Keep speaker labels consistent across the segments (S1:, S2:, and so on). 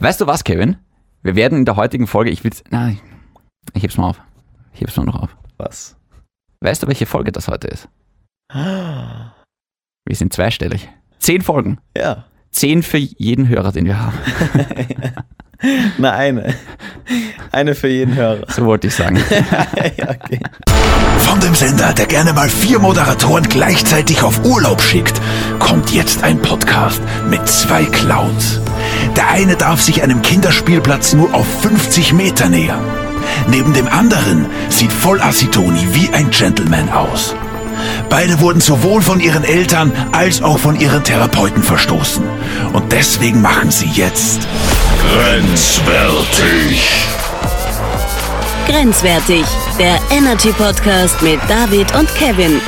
S1: Weißt du was, Kevin? Wir werden in der heutigen Folge, ich will's, na, ich, ich heb's mal auf. Ich heb's nur noch auf.
S2: Was?
S1: Weißt du, welche Folge das heute ist? Wir sind zweistellig. Zehn Folgen.
S2: Ja.
S1: Zehn für jeden Hörer, den wir haben.
S2: Na, eine. Eine für jeden Hörer.
S1: So wollte ich sagen.
S2: ja, okay.
S3: Von dem Sender, der gerne mal vier Moderatoren gleichzeitig auf Urlaub schickt, kommt jetzt ein Podcast mit zwei Clowns. Der eine darf sich einem Kinderspielplatz nur auf 50 Meter nähern. Neben dem anderen sieht Vollassitoni wie ein Gentleman aus. Beide wurden sowohl von ihren Eltern als auch von ihren Therapeuten verstoßen. Und deswegen machen sie jetzt grenzwertig.
S4: Grenzwertig, der Energy Podcast mit David und Kevin.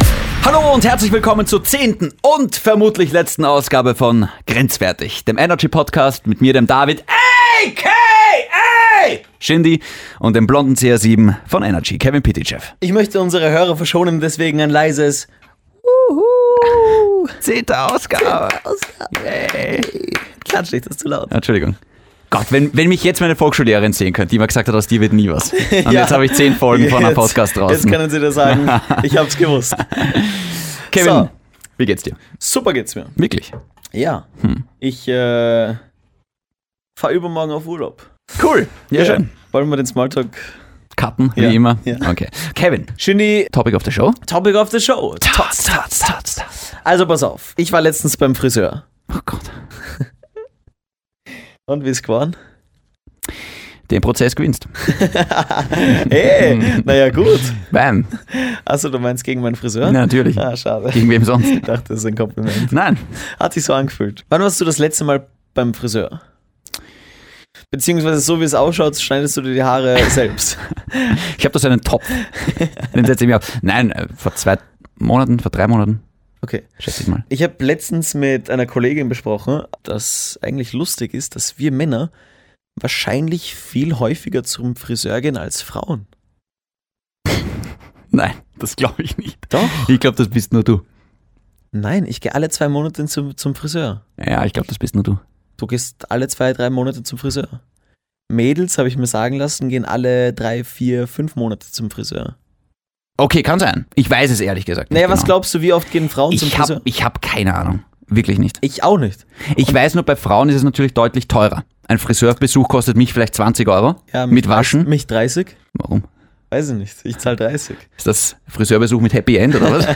S1: Hallo und herzlich willkommen zur zehnten und vermutlich letzten Ausgabe von Grenzwertig, dem Energy Podcast mit mir, dem David, a.k.a. Shindy und dem blonden CR7 von Energy, Kevin Pitychev.
S2: Ich möchte unsere Hörer verschonen, deswegen ein leises.
S1: Zehnte Ausgabe.
S2: Klatsch nicht, das ist zu laut.
S1: Entschuldigung. Gott, wenn, wenn mich jetzt meine Volksschullehrerin sehen könnte, die immer gesagt hat, aus dir wird nie was. Und
S2: Ja.
S1: jetzt habe ich zehn Folgen von einem Podcast
S2: Jetzt
S1: draußen.
S2: können Sie das sagen. Ich hab's gewusst.
S1: Kevin,
S2: so.
S1: wie geht's dir?
S2: Super geht's mir.
S1: Wirklich?
S2: Ja.
S1: Hm.
S2: Ich äh, fahre übermorgen auf Urlaub.
S1: Cool. Ja, schön.
S2: Wollen wir den Smalltalk?
S1: Karten,
S2: Ja,
S1: wie immer.
S2: ja.
S1: Okay. Kevin,
S2: Shindy,
S1: Topic of the Show?
S2: Topic of the Show.
S1: Tots, tots, tots, tots.
S2: Also pass auf. Ich war letztens beim Friseur.
S1: Oh Gott.
S2: Und wie ist geworden?
S1: Den Prozess gewinnst.
S2: Hey, naja, gut.
S1: Bam.
S2: Achso, du meinst gegen meinen Friseur?
S1: Na, natürlich.
S2: Ah, schade.
S1: Gegen wem sonst?
S2: Ich dachte, das ist ein Kompliment.
S1: Nein.
S2: Hat sich so angefühlt. Wann warst du das letzte Mal beim Friseur? Beziehungsweise so wie es ausschaut, schneidest du dir die Haare selbst.
S1: Ich habe da so einen Topf. Den setze ich mir auf. Nein, äh, vor zwei Monaten, vor drei Monaten,
S2: Okay.
S1: schätze ich mal.
S2: Ich habe letztens mit einer Kollegin besprochen, dass eigentlich lustig ist, dass wir Männer wahrscheinlich viel häufiger zum Friseur gehen als Frauen.
S1: Nein, das glaube ich nicht.
S2: Doch.
S1: Ich glaube, das bist nur du.
S2: Nein, ich gehe alle zwei Monate zum, zum Friseur.
S1: Ja, ich glaube, das bist nur du.
S2: Du gehst alle zwei, drei Monate zum Friseur. Mädels, habe ich mir sagen lassen, gehen alle drei, vier, fünf Monate zum Friseur.
S1: Okay, kann sein. Ich weiß es ehrlich gesagt nicht.
S2: Naja, was
S1: genau.
S2: glaubst du, wie oft gehen Frauen zum
S1: ich?
S2: Friseur?
S1: Hab, ich habe keine Ahnung. Wirklich nicht.
S2: Ich auch nicht.
S1: Ich weiß nur, bei Frauen ist es natürlich deutlich teurer. Ein Friseurbesuch kostet mich vielleicht 20 Euro.
S2: Ja, mich
S1: mit Waschen.
S2: 30 Mich 30?
S1: Warum?
S2: Weiß ich nicht. Ich zahle 30.
S1: Ist das Friseurbesuch mit Happy End oder was?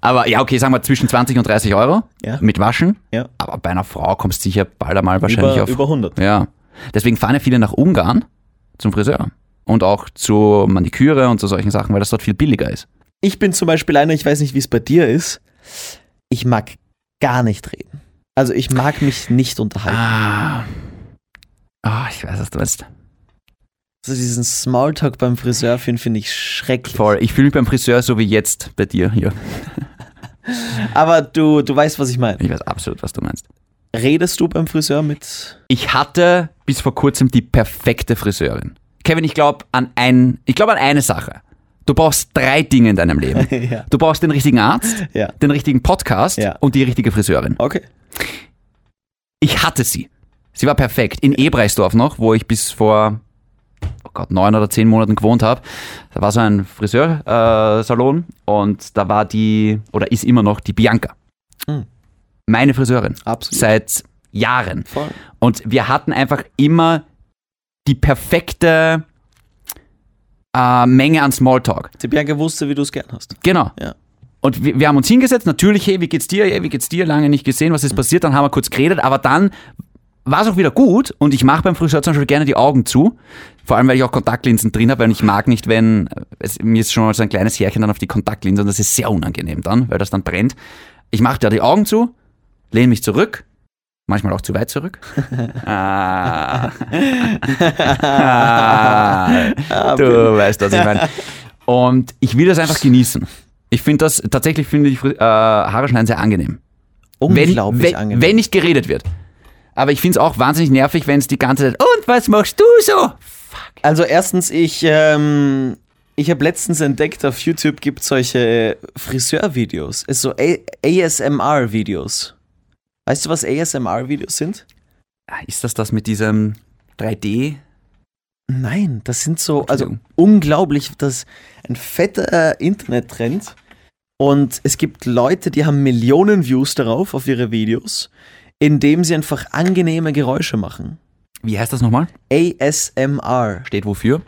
S1: Aber ja, okay, sagen wir zwischen 20 und 30 Euro
S2: Ja.
S1: mit Waschen.
S2: Ja.
S1: Aber bei einer Frau kommst du sicher bald einmal wahrscheinlich
S2: über,
S1: auf.
S2: über 100.
S1: Ja. Deswegen fahren ja viele nach Ungarn zum Friseur. Und auch zu Maniküre und zu solchen Sachen, weil das dort viel billiger ist.
S2: Ich bin zum Beispiel einer, ich weiß nicht, wie es bei dir ist. Ich mag gar nicht reden. Also ich mag mich nicht unterhalten.
S1: Ah. Ah, ich weiß, was du meinst.
S2: Also diesen Smalltalk beim Friseur find- finde ich schrecklich.
S1: Voll. Ich fühle mich beim Friseur so wie jetzt bei dir hier.
S2: Aber du, du weißt, was ich meine.
S1: Ich weiß absolut, was du meinst.
S2: Redest du beim Friseur mit
S1: Ich hatte bis vor kurzem die perfekte Friseurin. Kevin, ich glaube an ein, ich glaube an eine Sache. Du brauchst drei Dinge in deinem Leben.
S2: Ja.
S1: Du brauchst den richtigen Arzt,
S2: Ja.
S1: den richtigen Podcast
S2: Ja.
S1: und die richtige Friseurin.
S2: Okay.
S1: Ich hatte sie. Sie war perfekt. In Ebreisdorf noch, wo ich bis vor oh Gott, neun oder zehn Monaten gewohnt habe. Da war so ein Friseursalon äh, Salon und da war die, oder ist immer noch, die Bianca.
S2: Mhm.
S1: Meine Friseurin.
S2: Absolut.
S1: Seit Jahren.
S2: Voll.
S1: Und wir hatten einfach immer die perfekte äh, Menge an Smalltalk.
S2: Die Bianca wusste, wie du es gern hast.
S1: Genau.
S2: Ja.
S1: Und wir, wir haben uns hingesetzt, natürlich, hey, wie geht's dir? Hey, wie geht's dir? Lange nicht gesehen, was ist passiert? Dann haben wir kurz geredet, aber dann war es auch wieder gut und ich mache beim Friseur zum Beispiel gerne die Augen zu. Vor allem, weil ich auch Kontaktlinsen drin habe, weil ich mag nicht, wenn es, mir ist schon mal so ein kleines Härchen dann auf die Kontaktlinse und das ist sehr unangenehm dann, weil das dann brennt. Ich mache da die Augen zu, lehne mich zurück, manchmal auch zu weit zurück. ah. ah. Du weißt, was ich meine. Und ich will das einfach genießen. Ich finde das, tatsächlich finde ich Fri- äh, Haare schneiden sehr angenehm. Wenn,
S2: Unglaublich
S1: wenn,
S2: angenehm.
S1: wenn nicht geredet wird. Aber ich finde es auch wahnsinnig nervig, wenn es die ganze Zeit, und was machst du so?
S2: Also erstens, ich, ähm, ich habe letztens entdeckt, auf YouTube gibt es solche Friseurvideos, Es ist so A- ASMR-Videos. Weißt du, was ASMR-Videos sind?
S1: Ah, Ist das das mit diesem 3D?
S2: Nein, das sind so, also
S1: Entschuldigung.
S2: unglaublich, dass ein fetter äh, Internet-Trend und es gibt Leute, die haben Millionen Views darauf, auf ihre Videos, indem sie einfach angenehme Geräusche machen.
S1: Wie heißt das nochmal?
S2: ASMR.
S1: Steht wofür?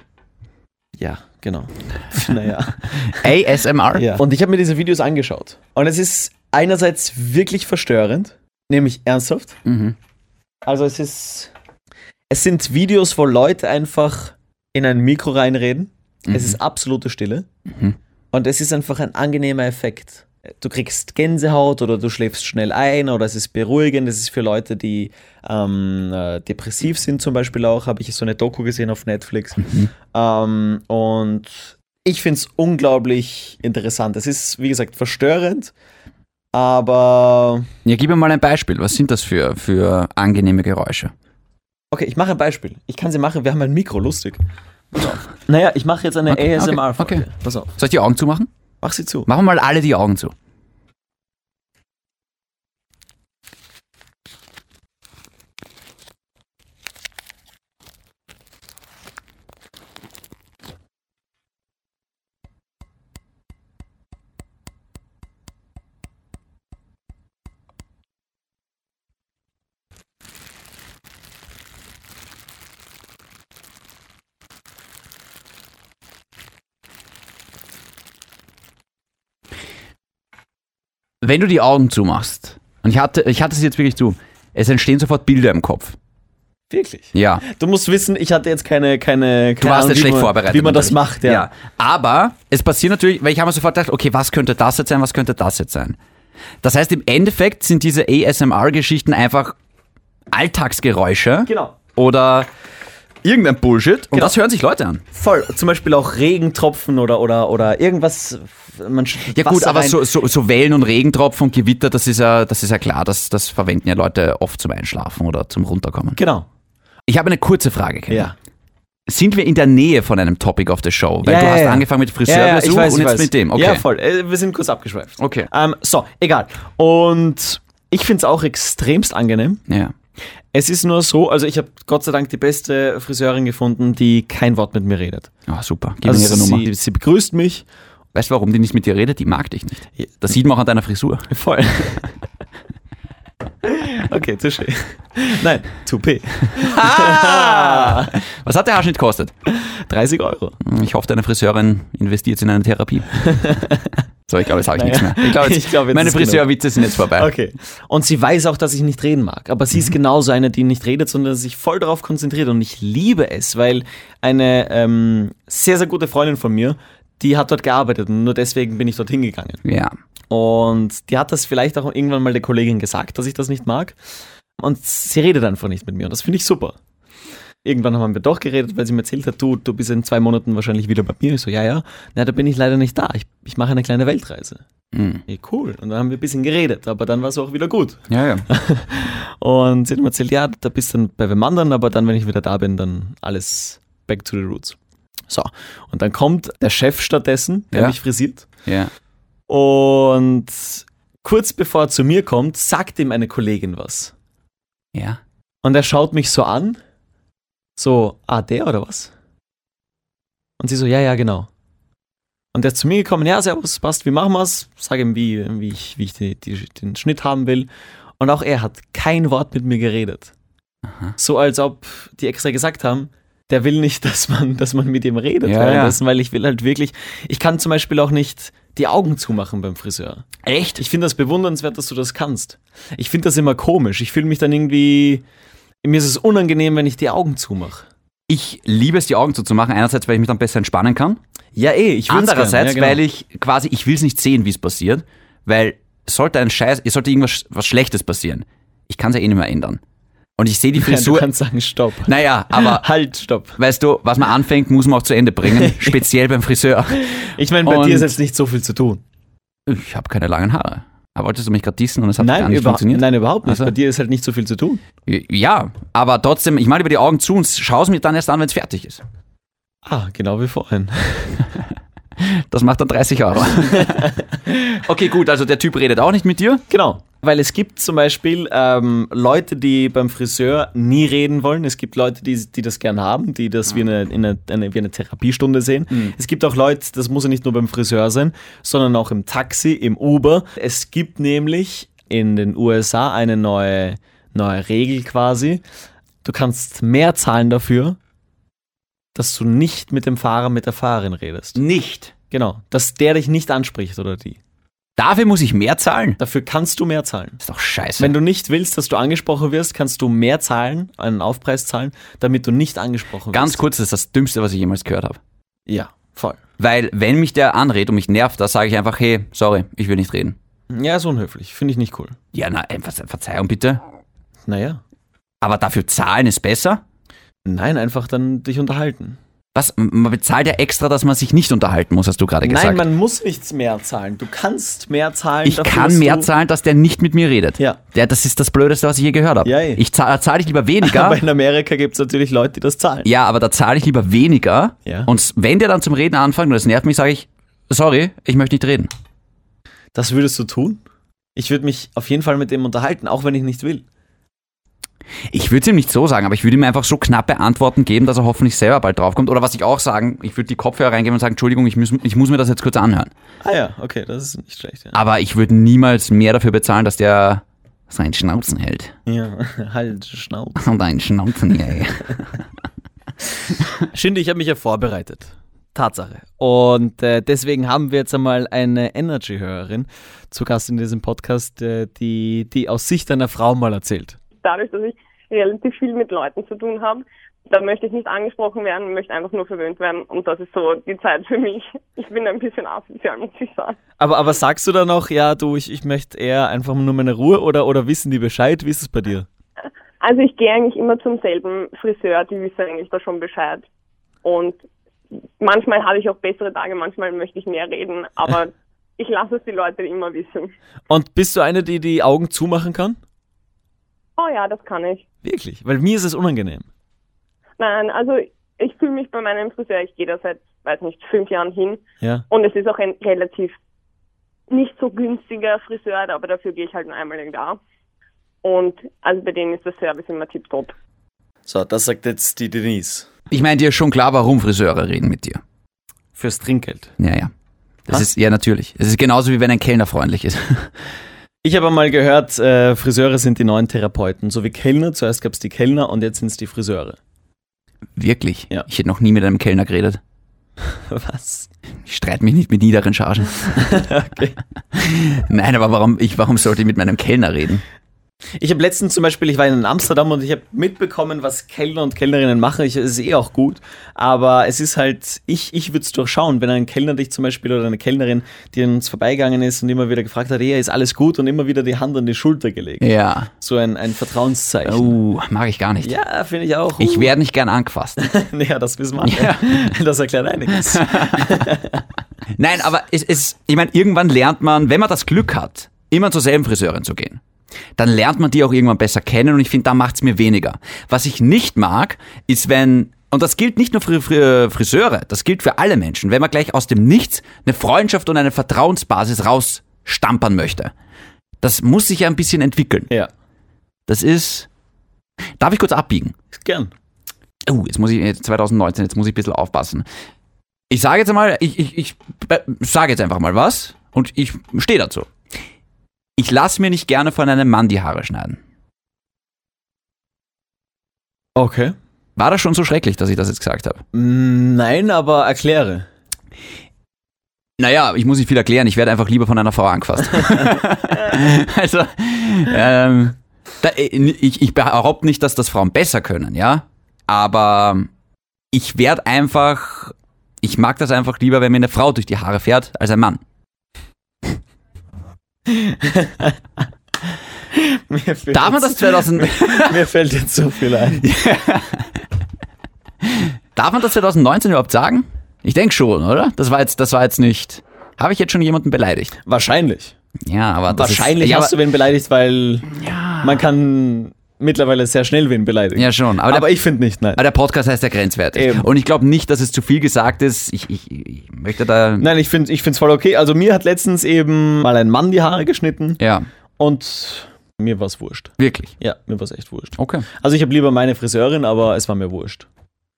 S2: Ja, genau. naja.
S1: ASMR?
S2: Ja. Und ich habe mir diese Videos angeschaut. Und es ist einerseits wirklich verstörend, nämlich ernsthaft.
S1: Mhm.
S2: Also es ist. Es sind Videos, wo Leute einfach in ein Mikro reinreden. Es ist absolute Stille. Und es ist einfach ein angenehmer Effekt. Du kriegst Gänsehaut oder du schläfst schnell ein oder es ist beruhigend. Es ist für Leute, die ähm, äh, depressiv sind, zum Beispiel auch. Habe ich so eine Doku gesehen auf Netflix. Ähm, und ich finde es unglaublich interessant. Es ist, wie gesagt, verstörend, aber
S1: Ja, gib mir mal ein Beispiel. Was sind das für, für angenehme Geräusche?
S2: Okay, ich mache ein Beispiel. Ich kann sie machen, wir haben ein Mikro, lustig. Pass auf. Naja, ich mache jetzt eine
S1: Okay, okay,
S2: ASMR-Folge.
S1: okay.
S2: Pass auf.
S1: Soll ich die Augen zumachen?
S2: Mach sie zu.
S1: Machen wir mal alle die Augen zu. Wenn du die Augen zumachst, und ich hatte, ich hatte es jetzt wirklich zu, es entstehen sofort Bilder im Kopf.
S2: Wirklich.
S1: Ja.
S2: Du musst wissen, ich hatte jetzt keine, keine, keine
S1: Du warst
S2: Ahnung,
S1: jetzt
S2: wie
S1: schlecht
S2: man,
S1: vorbereitet.
S2: Wie man das
S1: natürlich.
S2: macht, ja.
S1: Aber es passiert natürlich, weil ich habe mir sofort gedacht, okay, was könnte das jetzt sein, was könnte das jetzt sein? Das heißt, im Endeffekt sind diese ASMR-Geschichten einfach Alltagsgeräusche
S2: Genau.
S1: oder irgendein Bullshit und
S2: Genau.
S1: das hören sich Leute an.
S2: Voll. Zum Beispiel auch Regentropfen oder, oder, oder irgendwas. Man schüttet
S1: Ja gut,
S2: Wasser
S1: aber
S2: rein.
S1: so, so, so Wellen und Regentropfen und Gewitter, das ist ja, das ist ja klar, das, das verwenden ja Leute oft zum Einschlafen oder zum Runterkommen.
S2: Genau.
S1: Ich habe eine kurze Frage. Ken.
S2: Ja.
S1: Sind wir in der Nähe von einem Topic of the Show? Weil
S2: Ja,
S1: du
S2: ja,
S1: hast
S2: ja.
S1: angefangen mit
S2: Ja, ja,
S1: Friseurbesuch
S2: ich weiß,
S1: und
S2: ich
S1: jetzt
S2: weiß.
S1: mit dem. Okay.
S2: Ja, voll. Äh, Wir sind kurz abgeschweift.
S1: Okay.
S2: Ähm, so, egal. Und ich finde es auch extremst angenehm.
S1: Ja.
S2: Es ist nur so, also ich habe Gott sei Dank die beste Friseurin gefunden, die kein Wort mit mir redet.
S1: Ah, super. Gib
S2: Also
S1: mir ihre Nummer.
S2: Sie, sie begrüßt mich.
S1: Weißt du, warum die nicht mit dir redet? Die mag dich nicht. Das sieht man auch an deiner Frisur.
S2: Voll. okay, touché. Nein, Toupet.
S1: Was hat der Haarschnitt kostet?
S2: 30 Euro.
S1: Ich hoffe, deine Friseurin investiert in eine Therapie. So, ich glaube, jetzt habe ich
S2: Naja.
S1: nichts mehr. Ich glaube, jetzt,
S2: Ich glaube, jetzt
S1: meine
S2: ist genug.
S1: Friseurwitze sind jetzt vorbei.
S2: Okay. Und sie weiß auch, dass ich nicht reden mag. Aber sie ist genauso eine, die nicht redet, sondern sich voll darauf konzentriert. Und ich liebe es, weil eine ähm, sehr, sehr gute Freundin von mir, die hat dort gearbeitet und nur deswegen bin ich dort hingegangen.
S1: Ja.
S2: Und die hat das vielleicht auch irgendwann mal der Kollegin gesagt, dass ich das nicht mag. Und sie redet einfach nicht mit mir. Und das finde ich super. Irgendwann haben wir doch geredet, weil sie mir erzählt hat, du, du bist in zwei Monaten wahrscheinlich wieder bei mir. Ich so, ja, ja. Na, da bin ich leider nicht da. Ich, ich mache eine kleine Weltreise.
S1: Mhm.
S2: Ey, cool. Und dann haben wir ein bisschen geredet, aber dann war es auch wieder gut.
S1: Ja, ja.
S2: Und sie hat mir erzählt, ja, da bist du dann bei wem anderen, aber dann, wenn ich wieder da bin, dann alles back to the roots. So. Und dann kommt der Chef stattdessen, der
S1: Ja.
S2: mich frisiert.
S1: ja.
S2: Und kurz bevor er zu mir kommt, sagt ihm eine Kollegin was.
S1: ja.
S2: Und er schaut mich so an. So, ah, der oder was? Und sie so, ja, ja, genau. Und der ist zu mir gekommen, ja, servus, passt, wie machen wir's? Sag ihm, wie, wie ich, wie ich die, die, den Schnitt haben will. Und auch er hat kein Wort mit mir geredet. So als ob die extra gesagt haben, der will nicht, dass man, dass man mit ihm redet
S1: Ja, ja.
S2: währenddessen, weil ich will halt wirklich, ich kann zum Beispiel auch nicht die Augen zumachen beim Friseur.
S1: Echt?
S2: Ich finde das bewundernswert, dass du das kannst. Ich finde das immer komisch. Ich fühle mich dann irgendwie. Mir ist es unangenehm, wenn ich die Augen zumache.
S1: Ich liebe es, die Augen zuzumachen. Einerseits, weil ich mich dann besser entspannen kann.
S2: Ja, eh, ich würd's
S1: Andererseits,
S2: gern. Ja, genau.
S1: weil ich quasi, ich will es nicht sehen, wie es passiert, weil sollte ein Scheiß, sollte irgendwas was Schlechtes passieren, ich kann es ja eh nicht mehr ändern. Und ich sehe die
S2: Nein, du
S1: Frisur.
S2: kannst sagen, stopp.
S1: naja, aber
S2: halt, stopp.
S1: weißt du, was man anfängt, muss man auch zu Ende bringen. Speziell beim Friseur.
S2: Ich meine, bei
S1: Und-
S2: dir ist jetzt nicht so viel zu tun.
S1: Ich habe keine langen Haare. Aber wolltest du mich gerade dissen und es hat gar
S2: Nein,
S1: nicht
S2: über,
S1: funktioniert?
S2: nein, überhaupt nicht.
S1: Also-
S2: Bei dir ist halt nicht so viel zu tun.
S1: Ja, aber trotzdem, ich mache über die Augen zu und schaue es mir dann erst an, wenn es fertig ist.
S2: Ah, genau wie vorhin.
S1: Das macht dann 30 Euro. okay, gut, also der Typ redet auch nicht mit dir.
S2: Genau, weil es gibt zum Beispiel ähm, Leute, die beim Friseur nie reden wollen. Es gibt Leute, die, die das gern haben, die das wie eine, in eine, eine, wie eine Therapiestunde sehen. Es gibt auch Leute, das muss ja nicht nur beim Friseur sein, sondern auch im Taxi, im Uber. Es gibt nämlich in den USA eine neue, neue Regel quasi. Du kannst mehr zahlen dafür, dass du nicht mit dem Fahrer, mit der Fahrerin redest.
S1: Mhm. Nicht.
S2: Genau, dass der dich nicht anspricht oder die.
S1: Dafür muss ich mehr zahlen?
S2: Dafür kannst du mehr zahlen.
S1: ist doch scheiße.
S2: Wenn du nicht willst, dass du angesprochen wirst, kannst du mehr zahlen, einen Aufpreis zahlen, damit du nicht angesprochen
S1: Ganz
S2: wirst.
S1: kurz, das ist das Dümmste, was ich jemals gehört habe.
S2: Ja, voll.
S1: Weil, wenn mich der anredet und mich nervt, da sage ich einfach, hey, sorry, ich will nicht reden.
S2: Ja, ist unhöflich. Finde ich nicht cool.
S1: Ja, na, ey, Ver- Verzeihung bitte.
S2: Naja.
S1: Aber dafür zahlen ist besser?
S2: Nein, einfach dann dich unterhalten.
S1: Was? Man bezahlt ja extra, dass man sich nicht unterhalten muss, hast du gerade gesagt.
S2: Nein, man muss nichts mehr zahlen. Du kannst mehr zahlen.
S1: ich
S2: dafür,
S1: kann
S2: dass
S1: mehr
S2: du-
S1: zahlen, dass der nicht mit mir redet.
S2: Ja.
S1: Der, das ist das Blödeste, was ich je gehört habe.
S2: Ja, ey.
S1: ich zahle zahl ich lieber weniger.
S2: Aber in Amerika gibt es natürlich Leute, die das zahlen.
S1: ja, aber da zahle ich lieber weniger.
S2: Ja.
S1: Und s- wenn der dann zum Reden anfängt und das nervt mich, sage ich, sorry, ich möchte nicht reden.
S2: Das würdest du tun? Ich würde mich auf jeden Fall mit dem unterhalten, auch wenn ich nicht will.
S1: Ich würde es ihm nicht so sagen, aber ich würde ihm einfach so knappe Antworten geben, dass er hoffentlich selber bald draufkommt. Oder was ich auch sagen, ich würde die Kopfhörer reingeben und sagen, Entschuldigung, ich muss, ich muss mir das jetzt kurz anhören.
S2: Ah ja, okay, das ist nicht schlecht. Ja,
S1: Aber ich würde niemals mehr dafür bezahlen, dass der seinen Schnauzen hält.
S2: ja halt, Schnauze.
S1: Und einen Schnauzen, ey.
S5: Schinde, ich habe mich ja vorbereitet. Tatsache. Und äh, deswegen haben wir jetzt einmal eine Energy-Hörerin zu Gast in diesem Podcast, äh, die, die aus Sicht einer Frau mal erzählt.
S6: dadurch, dass ich relativ viel mit Leuten zu tun habe, da möchte ich nicht angesprochen werden, möchte einfach nur verwöhnt werden und das ist so die Zeit für mich. Ich bin ein bisschen asozial, muss ich sagen.
S5: Aber, aber sagst du dann auch, ja, du, ich, ich möchte eher einfach nur meine Ruhe oder, oder wissen die Bescheid? Wie ist es bei dir?
S6: Also ich gehe eigentlich immer zum selben Friseur, die wissen eigentlich da schon Bescheid. Und manchmal habe ich auch bessere Tage, manchmal möchte ich mehr reden, aber ich lasse es die Leute immer wissen.
S5: Und bist du eine, die die Augen zumachen kann?
S6: Oh ja, das kann ich.
S5: Wirklich, weil mir ist es unangenehm.
S6: Nein, also ich fühle mich bei meinem Friseur, ich gehe da seit, weiß nicht, fünf Jahren hin.
S5: Ja.
S6: Und es ist auch ein relativ nicht so günstiger Friseur, aber dafür gehe ich halt nur einmal im Jahr. Und also bei denen ist der Service immer tiptop.
S2: So, das sagt jetzt die Denise.
S1: Ich meine, dir ist schon klar, warum Friseure reden mit dir.
S5: Fürs Trinkgeld.
S1: Ja, ja. Das
S2: Was?
S1: ist, ja, natürlich. Es ist genauso, wie wenn ein Kellner freundlich ist.
S2: Ich habe mal gehört, äh, Friseure sind die neuen Therapeuten. So wie Kellner, zuerst gab es die Kellner und jetzt sind es die Friseure.
S1: Wirklich.
S2: Ja.
S1: Ich hätte noch nie mit einem Kellner geredet.
S2: Was?
S1: Ich streite mich nicht mit niederen Chargen.
S2: Okay.
S1: Nein, aber warum, ich, warum sollte ich mit meinem Kellner reden?
S2: Ich habe letztens zum Beispiel, ich war in Amsterdam und ich habe mitbekommen, was Kellner und Kellnerinnen machen. Ich, es ist eh auch gut, aber es ist halt, ich, ich würde es durchschauen, wenn ein Kellner dich zum Beispiel oder eine Kellnerin, die an uns vorbeigegangen ist und immer wieder gefragt hat, hey, ist alles gut und immer wieder die Hand an die Schulter gelegt.
S1: Ja.
S2: So ein, ein Vertrauenszeichen.
S1: Uh, mag ich gar nicht.
S2: Ja, finde ich auch.
S1: Ich
S2: Uh.
S1: werde nicht gern angefasst.
S2: Ja, das wissen wir alle. Das erklärt einiges.
S1: Nein, aber es ist, ich meine, irgendwann lernt man, wenn man das Glück hat, immer zur selben Friseurin zu gehen, dann lernt man die auch irgendwann besser kennen und ich finde, da macht's mir weniger. Was ich nicht mag, ist, wenn, und das gilt nicht nur für, für Friseure, das gilt für alle Menschen, wenn man gleich aus dem Nichts eine Freundschaft und eine Vertrauensbasis rausstampern möchte. Das muss sich ja ein bisschen entwickeln.
S2: Ja,
S1: Das ist. Darf ich kurz abbiegen?
S2: gern.
S1: Oh, jetzt muss ich, jetzt 2019, jetzt muss ich ein bisschen aufpassen. Ich sage jetzt mal, ich, ich, ich äh, sage jetzt einfach mal was und ich stehe dazu. Ich lasse mir nicht gerne von einem Mann die Haare schneiden.
S2: Okay.
S1: War das schon so schrecklich, dass ich das jetzt gesagt habe?
S2: Mm, Nein, aber erkläre.
S1: Naja, ich muss nicht viel erklären, ich werde einfach lieber von einer Frau angefasst. also, ähm, da, ich, ich behaupte nicht, dass das Frauen besser können, ja? Aber ich werde einfach, ich mag das einfach lieber, wenn mir eine Frau durch die Haare fährt, als ein Mann.
S2: Mir fällt,
S1: Darf man das 2000,
S2: mir fällt jetzt so viel ein.
S1: Darf man das 2019 überhaupt sagen? Ich denke schon, oder? Das war jetzt, das war jetzt nicht. Habe ich jetzt schon jemanden beleidigt?
S2: Wahrscheinlich.
S1: Ja, aber das
S2: Wahrscheinlich
S1: ist, ja,
S2: hast du
S1: aber-
S2: wen beleidigt, weil man kann mittlerweile sehr schnell wen beleidigen.
S1: Ja, schon. Aber
S2: Aber,
S1: der-
S2: ich finde nicht, nein.
S1: Aber der Podcast heißt ja grenzwertig.
S2: Eben.
S1: Und ich glaube nicht, dass es zu viel gesagt ist. Ich, ich, ich möchte da.
S2: Nein, ich finde es voll okay. Also mir hat letztens eben mal ein Mann die Haare geschnitten
S1: Ja,
S2: und mir war es wurscht.
S1: wirklich.
S2: Ja, mir war es echt wurscht.
S1: Okay.
S2: Also ich habe lieber meine Friseurin, aber es war mir wurscht.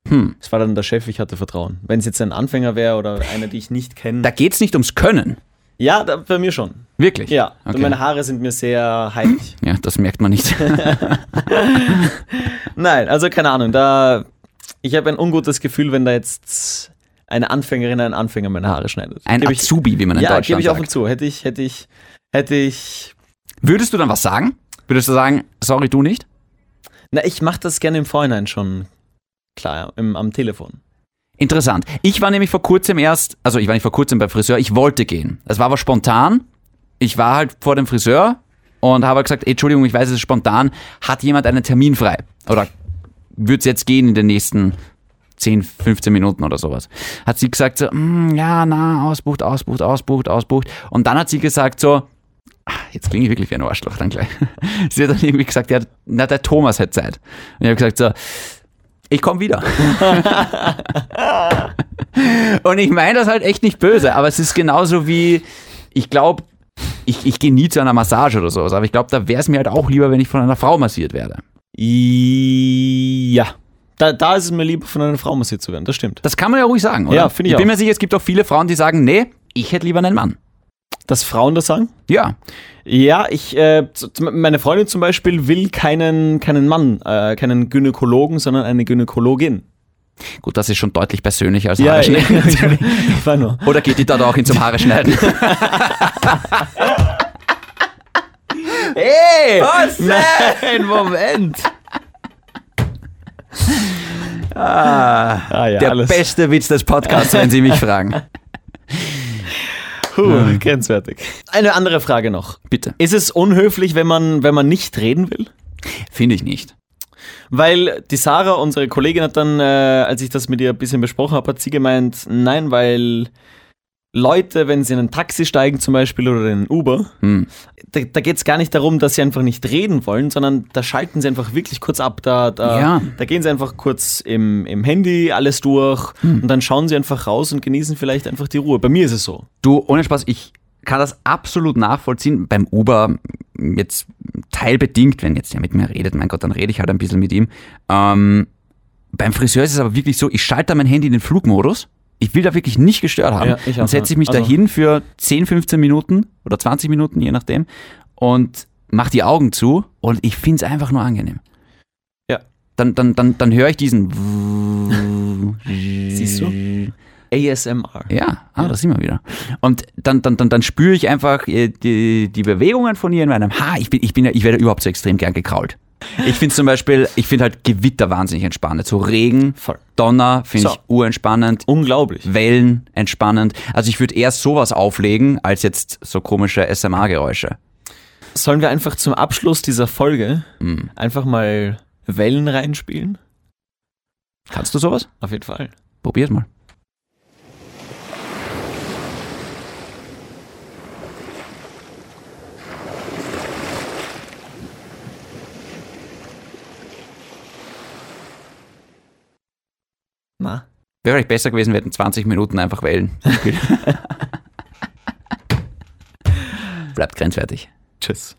S1: Hm.
S2: Es war dann der Chef, ich hatte Vertrauen. Wenn es jetzt ein Anfänger wäre oder einer, die ich nicht
S1: Da
S2: kenne.
S1: geht's nicht ums Können.
S2: Ja, da, bei mir schon.
S1: Wirklich.
S2: Ja,
S1: Okay.
S2: meine Haare sind mir sehr heilig.
S1: Ja, das merkt man nicht.
S2: Nein, also keine Ahnung. Da, ich habe ein ungutes Gefühl, wenn da jetzt eine Anfängerin, ein Anfänger meine Haare schneidet.
S1: Ein
S2: Geb ich,
S1: Azubi, wie man in
S2: ja, gebe
S1: Deutschland
S2: ich auf und
S1: sagt.
S2: zu. Hätte ich, hätte ich, hätte ich.
S1: Würdest du dann was sagen? Würdest du sagen, sorry, du nicht?
S2: Na, ich mache das gerne im Vorhinein schon klar, im, am Telefon.
S1: Interessant. Ich war nämlich vor kurzem erst, also ich war nicht vor kurzem beim Friseur, ich wollte gehen. Das war aber spontan. Ich war halt vor dem Friseur und habe halt gesagt, "Ey, Entschuldigung, ich weiß, es ist spontan. Hat jemand einen Termin frei? Oder wird's jetzt gehen in den nächsten 10, 15 Minuten oder sowas? Hat sie gesagt so, "Mm, ja, na, ausbucht, ausbucht, ausbucht, ausbucht. Und dann hat sie gesagt so, "Ah, jetzt klinge ich wirklich wie ein Arschloch dann gleich. sie hat dann irgendwie gesagt, ja, na, der Thomas hat Zeit. Und ich habe gesagt so, ich komme wieder. Und ich meine das halt echt nicht böse, aber es ist genauso wie, ich glaube, ich, ich gehe nie zu einer Massage oder sowas, aber ich glaube, da wäre es mir halt auch lieber, wenn ich von einer Frau massiert werde.
S2: Ja. Da, da ist es mir lieber, von einer Frau massiert zu werden. Das stimmt.
S1: Das kann man ja ruhig sagen, oder?
S2: Ja, finde ich
S1: Ich bin
S2: auch.
S1: mir sicher, es gibt auch viele Frauen, die sagen, nee, ich hätte lieber einen Mann.
S2: Dass Frauen das sagen?
S1: Ja,
S2: Ja, ich, äh, zu- zu- meine Freundin zum Beispiel will keinen, keinen Mann, äh, keinen Gynäkologen, sondern eine Gynäkologin.
S1: gut, das ist schon deutlich persönlicher als
S2: Ja,
S1: Haare
S2: ja,
S1: schneiden.
S2: natürlich. War nur.
S1: Oder geht die da auch hin zum Haare schneiden?
S2: Hey! Was? Nein, Moment! ah, ja,
S1: Der
S2: alles.
S1: beste Witz des Podcasts, wenn Sie mich fragen.
S2: Puh, grenzwertig. Eine andere Frage noch.
S1: Bitte.
S2: Ist es unhöflich, wenn man, wenn man nicht reden will?
S1: Finde ich nicht.
S2: Weil die Sarah, unsere Kollegin, hat dann, äh, als ich das mit ihr ein bisschen besprochen habe, hat sie gemeint, nein, weil Leute, wenn sie in ein Taxi steigen zum Beispiel oder in ein Uber,
S1: Hm.
S2: da, da geht es gar nicht darum, dass sie einfach nicht reden wollen, sondern da schalten sie einfach wirklich kurz ab. Da, da,
S1: Ja.
S2: da gehen sie einfach kurz im, im Handy alles durch
S1: Hm.
S2: und dann schauen sie einfach raus und genießen vielleicht einfach die Ruhe. Bei mir ist es so.
S1: Du, ohne Spaß, ich kann das absolut nachvollziehen. Beim Uber mm, jetzt teilbedingt, wenn jetzt der mit mir redet, mein Gott, dann rede ich halt ein bisschen mit ihm. Ähm, beim Friseur ist es aber wirklich so, ich schalte da mein Handy in den Flugmodus. Ich will da wirklich nicht gestört haben.
S2: Ja, ich auch,
S1: dann setze ich
S2: ja.
S1: mich
S2: Also-
S1: dahin für 10, 15 Minuten oder 20 Minuten, je nachdem, und mache die Augen zu und ich finde es einfach nur angenehm.
S2: Ja.
S1: Dann, dann, dann, dann höre ich diesen.
S2: Siehst du? ASMR.
S1: Ja, ah, das sehen wir wieder. Und dann, dann, dann, dann spüre ich einfach äh, die, die Bewegungen von ihr in meinem Haar. Ich bin, ich bin, ja- ich werde überhaupt so extrem gern gekrault. Ich finde zum Beispiel, ich finde halt Gewitter wahnsinnig entspannend. So Regen,
S2: Voll.
S1: Donner finde
S2: So.
S1: ich urentspannend. Hm.
S2: Unglaublich.
S1: Wellen entspannend. Also ich würde eher sowas auflegen, als jetzt so komische SMA-Geräusche.
S2: Sollen wir einfach zum Abschluss dieser Folge
S1: Hm.
S2: einfach mal Wellen reinspielen?
S1: Kannst du sowas?
S2: Auf jeden Fall.
S1: Probier's mal.
S2: Na.
S1: Wäre vielleicht besser gewesen, wir hätten 20 Minuten einfach Wellen. gespielt. Bleibt grenzwertig.
S2: Tschüss.